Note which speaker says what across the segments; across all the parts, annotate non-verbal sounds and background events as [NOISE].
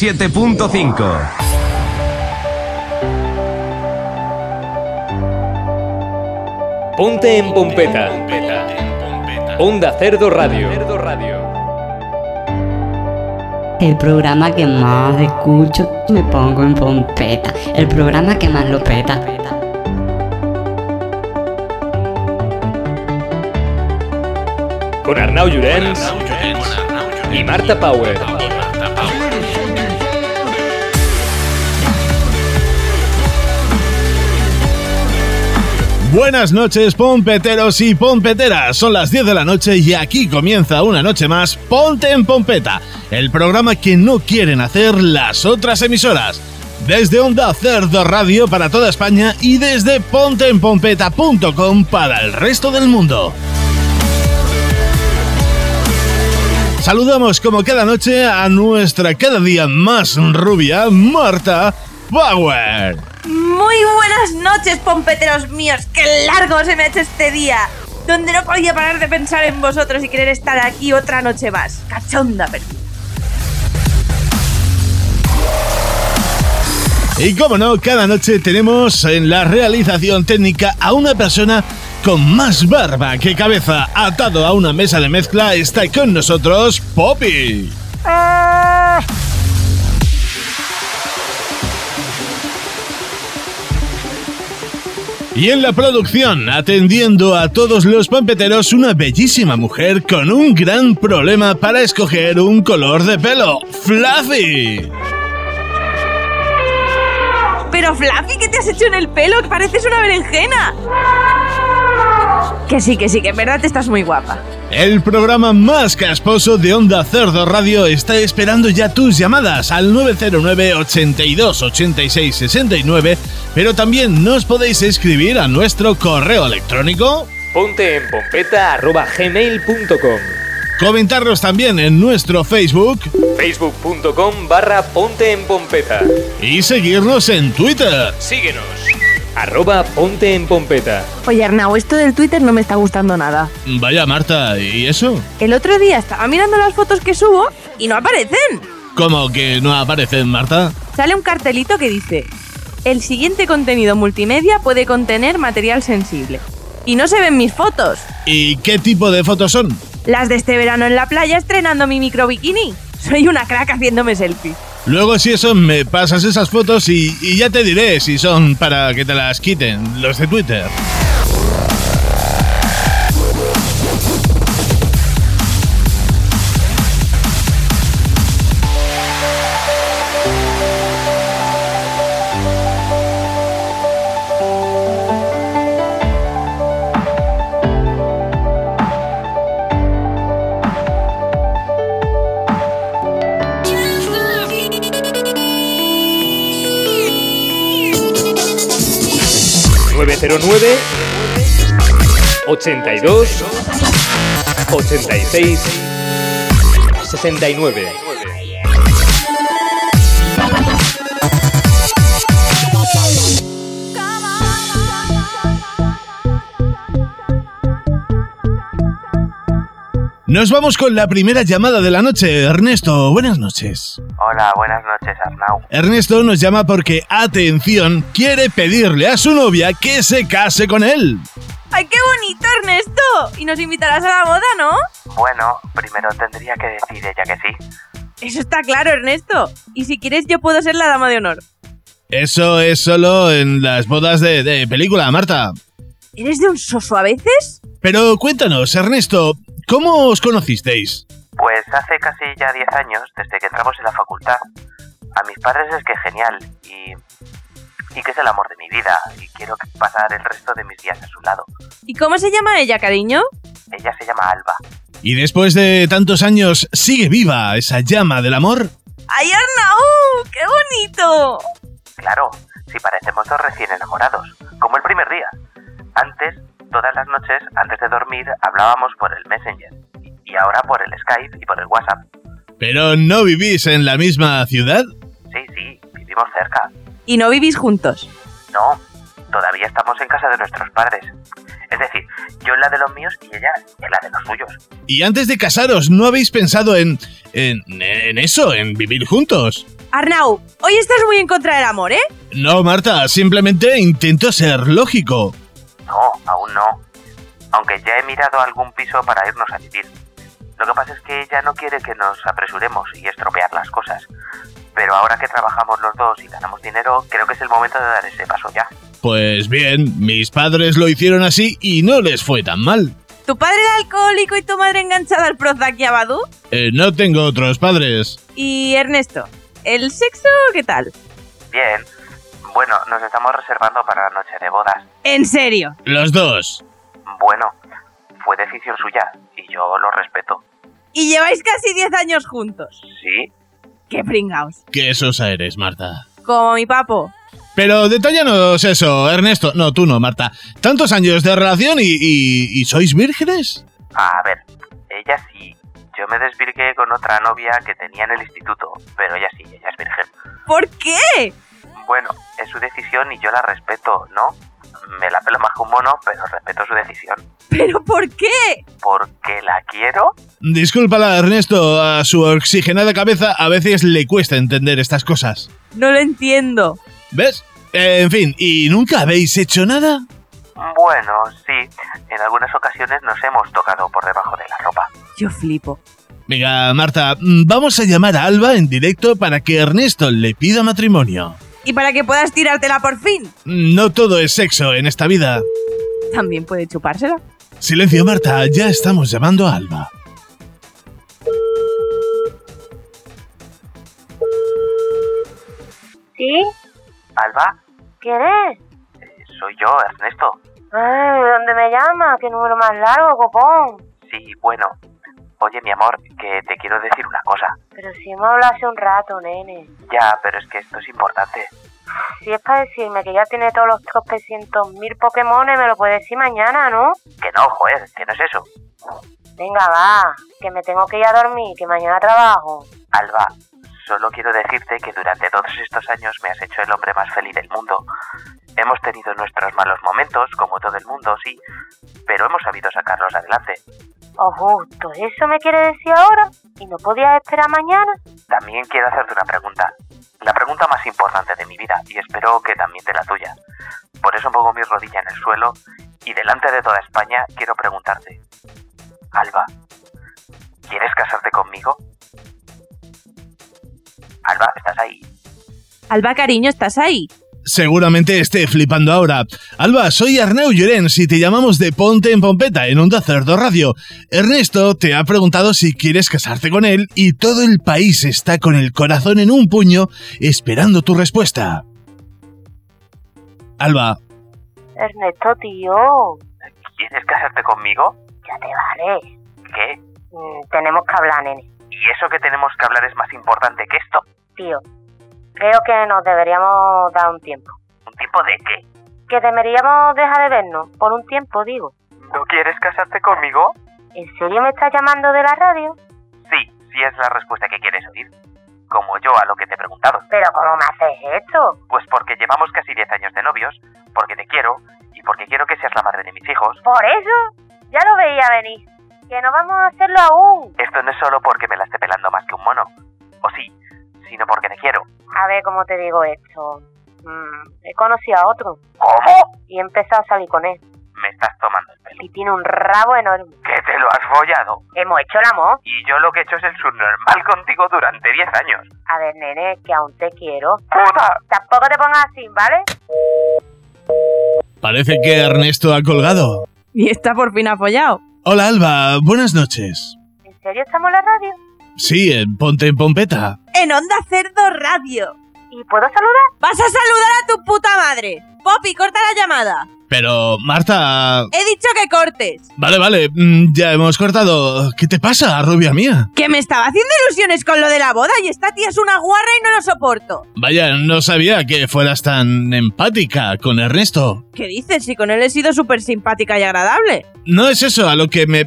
Speaker 1: 97.5.
Speaker 2: Ponte en Pompeta. Onda Cerdo Radio.
Speaker 3: El programa que más escucho, me pongo en pompeta. El programa que más lo peta.
Speaker 2: Con Arnau Llorens y Marta Power.
Speaker 4: Buenas noches, pompeteros y pompeteras. Son las 10 de la noche y aquí comienza una noche más Ponte en Pompeta, el programa que no quieren hacer las otras emisoras. Desde Onda Cerdo Radio para toda España y desde ponteenpompeta.com para el resto del mundo. Saludamos como cada noche a nuestra cada día más rubia, Marta Power.
Speaker 5: Muy buenas noches, pompeteros míos. Qué largo se me ha hecho este día. Donde no podía parar de pensar en vosotros y querer estar aquí otra noche más. Cachonda, pero.
Speaker 4: Y como no, cada noche tenemos en la realización técnica a una persona con más barba que cabeza. Atado a una mesa de mezcla está con nosotros Poppy. Y en la producción, atendiendo a todos los pampeteros, una bellísima mujer con un gran problema para escoger un color de pelo, Fluffy.
Speaker 5: Pero, Fluffy, ¿qué te has hecho en el pelo? Que pareces una berenjena. Que sí, que sí, que en verdad te estás muy guapa.
Speaker 4: El programa más casposo de Onda Cerdo Radio está esperando ya tus llamadas al 909 82 86 69, pero también nos podéis escribir a nuestro correo electrónico,
Speaker 2: Ponte en pompeta arroba gmail.com.
Speaker 4: comentarnos también en nuestro Facebook
Speaker 2: Facebook.com barra ponte en pompeta.
Speaker 4: y seguirnos en Twitter.
Speaker 2: Síguenos. Arroba ponte en pompeta.
Speaker 5: Oye, Arnau, esto del Twitter no me está gustando nada.
Speaker 4: Vaya Marta, ¿y eso?
Speaker 5: El otro día estaba mirando las fotos que subo y no aparecen.
Speaker 4: ¿Cómo que no aparecen, Marta?
Speaker 5: Sale un cartelito que dice: El siguiente contenido multimedia puede contener material sensible. Y no se ven mis fotos.
Speaker 4: ¿Y qué tipo de fotos son?
Speaker 5: Las de este verano en la playa estrenando mi micro bikini. Soy una crack haciéndome selfie.
Speaker 4: Luego si eso me pasas esas fotos y, y ya te diré si son para que te las quiten los de Twitter.
Speaker 6: Thank you.
Speaker 2: 909 82 86 69
Speaker 4: Nos vamos con la primera llamada de la noche. Ernesto, buenas noches.
Speaker 7: Hola, buenas noches, Arnau.
Speaker 4: Ernesto nos llama porque, atención, quiere pedirle a su novia que se case con él.
Speaker 5: ¡Ay, qué bonito, Ernesto! Y nos invitarás a la boda, ¿no?
Speaker 7: Bueno, primero tendría que decir ella que sí.
Speaker 5: Eso está claro, Ernesto. Y si quieres, yo puedo ser la dama de honor.
Speaker 4: Eso es solo en las bodas de, de película, Marta.
Speaker 5: ¿Eres de un soso a veces?
Speaker 4: Pero cuéntanos, Ernesto, ¿cómo os conocisteis?
Speaker 7: Pues hace casi ya 10 años, desde que entramos en la facultad, a mis padres es que es genial y, y que es el amor de mi vida y quiero pasar el resto de mis días a su lado.
Speaker 5: ¿Y cómo se llama ella, cariño?
Speaker 7: Ella se llama Alba.
Speaker 4: ¿Y después de tantos años sigue viva esa llama del amor?
Speaker 5: ¡Ay, Arnau! ¡Qué bonito!
Speaker 7: Claro, si parecemos dos recién enamorados, como el primer día. Antes, todas las noches, antes de dormir, hablábamos por el Messenger y ahora por el Skype y por el WhatsApp.
Speaker 4: ¿Pero no vivís en la misma ciudad?
Speaker 7: Sí, sí, vivimos cerca.
Speaker 5: Y no vivís juntos.
Speaker 7: No, todavía estamos en casa de nuestros padres. Es decir, yo en la de los míos y ella en la de los suyos.
Speaker 4: Y antes de casaros, ¿no habéis pensado en, en, en eso, en vivir juntos?
Speaker 5: Arnau, hoy estás muy en contra del amor, ¿eh?
Speaker 4: No, Marta, simplemente intento ser lógico.
Speaker 7: No, aún no. Aunque ya he mirado algún piso para irnos a vivir. Lo que pasa es que ella no quiere que nos apresuremos y estropear las cosas. Pero ahora que trabajamos los dos y ganamos dinero, creo que es el momento de dar ese paso ya.
Speaker 4: Pues bien, mis padres lo hicieron así y no les fue tan mal.
Speaker 5: ¿Tu padre era alcohólico y tu madre enganchada al Prozac y a Badoo?
Speaker 4: Eh, no tengo otros padres.
Speaker 5: Y Ernesto, ¿el sexo qué tal?
Speaker 7: Bien. Bueno, nos estamos reservando para la noche de bodas.
Speaker 5: En serio.
Speaker 4: Los dos.
Speaker 7: Bueno, fue decisión suya y yo lo respeto.
Speaker 5: Y lleváis casi 10 años juntos.
Speaker 7: Sí,
Speaker 5: ¡Qué pringaos!
Speaker 4: Qué sosa eres, Marta.
Speaker 5: Como mi papo.
Speaker 4: Pero detallanos eso, Ernesto. No, tú no, Marta. Tantos años de relación y, y- y sois vírgenes.
Speaker 7: A ver, ella sí. Yo me desvirgué con otra novia que tenía en el instituto, pero ella sí, ella es virgen.
Speaker 5: ¿Por qué?
Speaker 7: Bueno, es su decisión y yo la respeto, ¿no? Me la pelo más que un mono, pero respeto su decisión.
Speaker 5: ¿Pero por qué?
Speaker 7: ¿Porque la quiero?
Speaker 4: Discúlpala, Ernesto. A su oxigenada cabeza a veces le cuesta entender estas cosas.
Speaker 5: No lo entiendo.
Speaker 4: ¿Ves? Eh, en fin, ¿y nunca habéis hecho nada?
Speaker 7: Bueno, sí. En algunas ocasiones nos hemos tocado por debajo de la ropa.
Speaker 5: Yo flipo.
Speaker 4: Venga, Marta, mm, vamos a llamar a Alba en directo para que Ernesto le pida matrimonio. Mm,
Speaker 5: Y para que puedas tirártela por fin,
Speaker 4: No todo es sexo en esta vida.
Speaker 5: también puede chupársela.
Speaker 4: Silencio, Marta, ya estamos llamando a Alba.
Speaker 1: ¿Sí?
Speaker 7: ¿Alba?
Speaker 1: ¿Quién es?
Speaker 7: eh, Soy yo, Ernesto.
Speaker 1: Ay, Mm, ¿dónde me llama? ¿Qué número más largo, copón?
Speaker 7: Sí, bueno. Oye, mi amor, que te quiero decir una cosa.
Speaker 1: Pero si hemos hablado hace un rato, nene.
Speaker 7: Ya, pero es que esto es importante.
Speaker 1: Si es para decirme que ya tiene todos los 300.000 mil Pokémones, me lo puede decir mañana, ¿no?
Speaker 7: Que no, joder, que no es eso.
Speaker 1: Venga, va, que me tengo que ir a dormir, que mañana trabajo.
Speaker 7: Alba, solo quiero decirte que durante todos estos años me has hecho el hombre más feliz del mundo. Hemos tenido nuestros malos momentos, como todo el mundo, sí, pero hemos sabido sacarlos adelante.
Speaker 1: Oh, justo, ¿eso me quiere decir ahora? ¿Y no podías esperar mañana?
Speaker 7: También quiero hacerte una pregunta, la pregunta más importante de mi vida, y espero que también de la tuya. Por eso pongo mi rodilla en el suelo y delante de toda España quiero preguntarte, Alba, ¿quieres casarte conmigo? Alba, ¿estás ahí?
Speaker 5: Alba, cariño, ¿estás ahí?
Speaker 4: Seguramente esté flipando ahora. Alba, soy Arnau Llorens y te llamamos de Ponte en Pompeta en Onda Cerdo Radio. Ernesto te ha preguntado si quieres casarte con él y todo el país está con el corazón en un puño esperando tu respuesta. Alba,
Speaker 1: Ernesto, tío,
Speaker 7: ¿Quieres casarte conmigo?
Speaker 1: ya te vale.
Speaker 7: ¿Qué?
Speaker 1: Mm, tenemos que hablar, nene.
Speaker 7: ¿Y eso que tenemos que hablar es más importante que esto?
Speaker 1: Tío, creo que nos deberíamos dar un tiempo.
Speaker 7: ¿Un tipo de qué?
Speaker 1: Que deberíamos dejar de vernos, por un tiempo, digo.
Speaker 7: ¿No quieres casarte conmigo?
Speaker 1: ¿En serio me estás llamando de la radio?
Speaker 7: Sí, si es la respuesta que quieres oír. Como yo a lo que te he preguntado.
Speaker 1: Pero ¿cómo me haces esto?
Speaker 7: Pues porque llevamos casi 10 años de novios, porque te quiero y porque quiero que seas la madre de mis hijos.
Speaker 1: Por eso, ya lo veía venir. Que no vamos a hacerlo aún.
Speaker 7: Esto no es solo porque me la esté pelando más que un mono. O sí, sino porque te quiero.
Speaker 1: A ver cómo te digo esto. Mm, he conocido a otro
Speaker 7: ¿Cómo?
Speaker 1: y he empezado a salir con él.
Speaker 7: Me estás tomando el pelo.
Speaker 1: Y tiene un rabo enorme.
Speaker 7: ¿Que te lo has follado?
Speaker 1: Hemos hecho el amor.
Speaker 7: Y yo lo que he hecho es el subnormal contigo durante 10 años.
Speaker 1: A ver, nene, que aún te quiero.
Speaker 7: ¡Puta!
Speaker 1: Tampoco te pongas así, ¿vale?
Speaker 4: parece que Ernesto ha colgado.
Speaker 5: Y está por fin apoyado.
Speaker 4: Hola Alba, buenas noches.
Speaker 1: ¿En serio estamos en la radio?
Speaker 4: Sí, en Ponte en Pompeta.
Speaker 5: En Onda Cerdo Radio.
Speaker 1: ¿Y puedo saludar?
Speaker 5: Vas a saludar a tu puta madre. Poppy, corta la llamada.
Speaker 4: Pero, Marta...
Speaker 5: He dicho que cortes.
Speaker 4: Vale, vale, mm, ya hemos cortado. ¿Qué te pasa, rubia mía?
Speaker 5: Que me estaba haciendo ilusiones con lo de la boda y esta tía es una guarra y no lo soporto.
Speaker 4: Vaya, no sabía que fueras tan empática con Ernesto.
Speaker 5: ¿Qué dices? Si con él he sido súper simpática y agradable.
Speaker 4: No es eso a lo que me...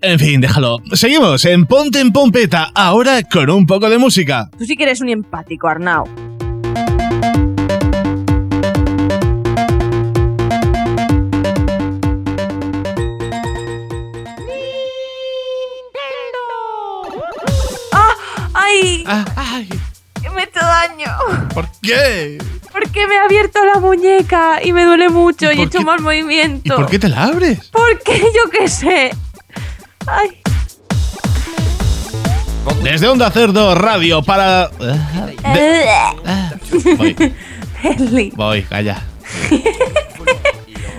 Speaker 4: En fin, déjalo. Seguimos en Ponte en Pompeta, ahora con un poco de música.
Speaker 5: Tú sí que eres un empático, Arnau. ¡Ay!
Speaker 4: Ah, ¡Ay!
Speaker 5: Me he hecho daño.
Speaker 4: ¿Por qué?
Speaker 5: Porque me ha abierto la muñeca y me duele
Speaker 4: ¿Y
Speaker 5: mucho y he
Speaker 4: por
Speaker 5: hecho
Speaker 4: qué-
Speaker 5: más
Speaker 4: ¿Y
Speaker 5: movimiento.
Speaker 4: por qué te la abres?
Speaker 5: Porque yo qué sé. Ay.
Speaker 4: Desde Onda Cerdo Radio para. De- Ah, voy,
Speaker 5: Eli,
Speaker 4: voy, calla.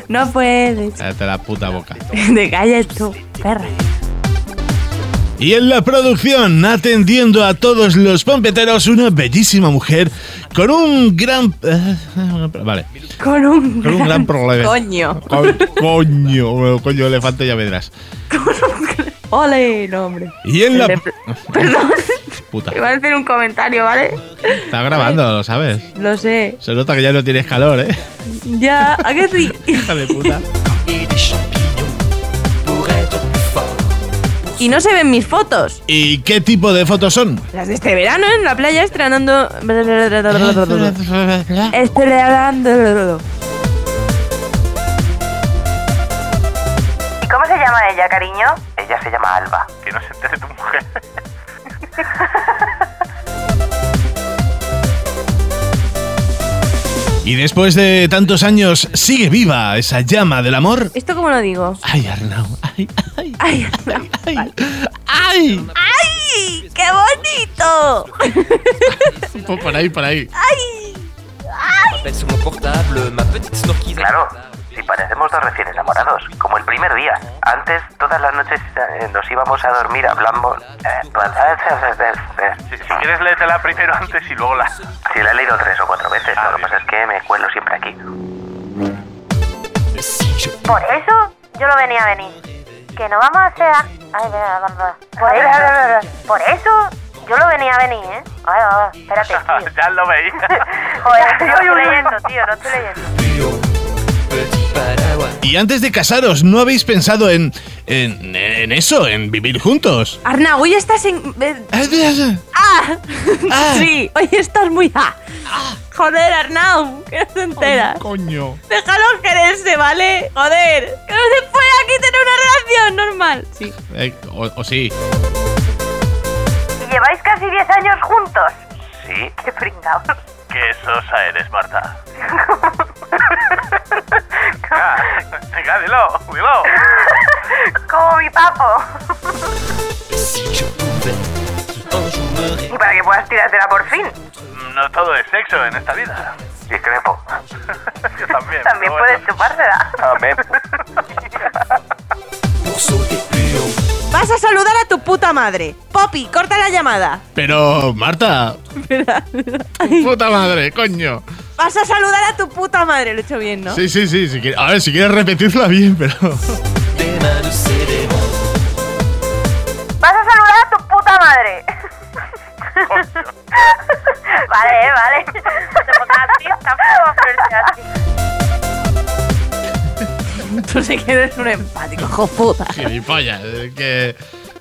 Speaker 5: no puedes.
Speaker 4: Cállate la puta boca.
Speaker 5: Te calles tú, perra.
Speaker 4: Y en la producción, atendiendo a todos los pompeteros, una bellísima mujer con un gran. eh, Vale,
Speaker 5: Con un,
Speaker 4: con un gran problema.
Speaker 5: coño.
Speaker 4: Con- coño, bueno, coño, elefante, ya vendrás.
Speaker 5: Ole, no, hombre.
Speaker 4: Y en la.
Speaker 5: Le- Perdón, [LAUGHS]
Speaker 4: Puta,
Speaker 5: iba a hacer un comentario, ¿vale?
Speaker 4: está grabando, lo sabes.
Speaker 5: Lo sé.
Speaker 4: Se nota que ya no tienes calor, ¿eh?
Speaker 5: Ya, ¿a qué sí?
Speaker 4: [LAUGHS] Hija de puta.
Speaker 5: Y no se ven mis fotos.
Speaker 4: ¿Y qué tipo de fotos son?
Speaker 5: Las de este verano en la playa estrenando. Estrenando.
Speaker 1: ¿Y cómo se llama ella, cariño?
Speaker 7: Ella se llama Alba. Que no se entere tu mujer.
Speaker 4: Y después de tantos años, sigue viva esa llama del amor.
Speaker 5: ¿Esto cómo lo digo?
Speaker 4: Ay, Arnau, ay, ay,
Speaker 5: ¡Ay!
Speaker 4: ay, ay.
Speaker 5: ¡Ay! ¡Qué bonito!
Speaker 4: Por por ahí, por ahí.
Speaker 7: Claro, si parecemos dos recién enamorados, como el primer día. Antes, todas las noches eh, nos íbamos a dormir hablando... Si, quieres léetela primero antes y luego la... Ah, Sí, la he leído tres o cuatro veces, lo que pasa es que me cuelo siempre aquí.
Speaker 1: Por eso yo lo venía a venir. Que no vamos a hacer... a- Ay, venga, va, va. Por eso, por eso yo lo venía a venir, ¿eh? Ay, va, va, [LAUGHS] espérate, tío.
Speaker 7: [LAUGHS] ya lo veía.
Speaker 1: [LAUGHS] Joder, no estoy leyendo, tío, no estoy leyendo.
Speaker 4: Y antes de casaros, ¿no habéis pensado en, en, en eso, en vivir juntos?
Speaker 5: Arnau, hoy estás en. eh, ¡Ah!
Speaker 4: Ah.
Speaker 5: [LAUGHS] Sí, hoy estás muy. ¡Ah! Joder, Arnau, que no te enteras.
Speaker 4: Coño.
Speaker 5: Déjalo quererse, ¿vale? Joder, que no se puede aquí tener una relación normal. Sí.
Speaker 4: Eh, o, o sí.
Speaker 1: Y lleváis casi 10 años juntos.
Speaker 7: Sí,
Speaker 1: Qué pringados.
Speaker 7: qué sosa eres,
Speaker 1: [LAUGHS]
Speaker 7: Marta. Venga, dilo, dilo.
Speaker 1: Como mi papo. Y para que puedas tirártela por fin.
Speaker 7: No todo es sexo en esta vida. Discrepo. [LAUGHS] Yo también.
Speaker 1: También puedes chupársela.
Speaker 7: Amén.
Speaker 1: [LAUGHS]
Speaker 5: Vas a saludar a tu puta madre. Poppy, corta la llamada.
Speaker 4: Pero, Marta. Puta madre, coño.
Speaker 5: Vas a saludar a tu puta madre. Lo he hecho bien, ¿no?
Speaker 4: Sí, sí, sí. si quiere- a ver, si quieres repetirla [LAUGHS] bien, pero.
Speaker 1: Vas a saludar a tu puta madre. [LAUGHS] vale, vale. [LAUGHS] No te pongas así, tampoco ponerte así.
Speaker 5: [LAUGHS] Tú sí que eres un empático, hijo puta.
Speaker 4: Gilipollas. es que.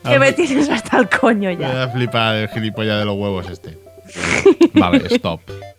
Speaker 5: Que me tienes hasta el coño
Speaker 4: Me
Speaker 5: ya. [LAUGHS]
Speaker 4: da flipa el gilipollas de los huevos este. Vale, stop.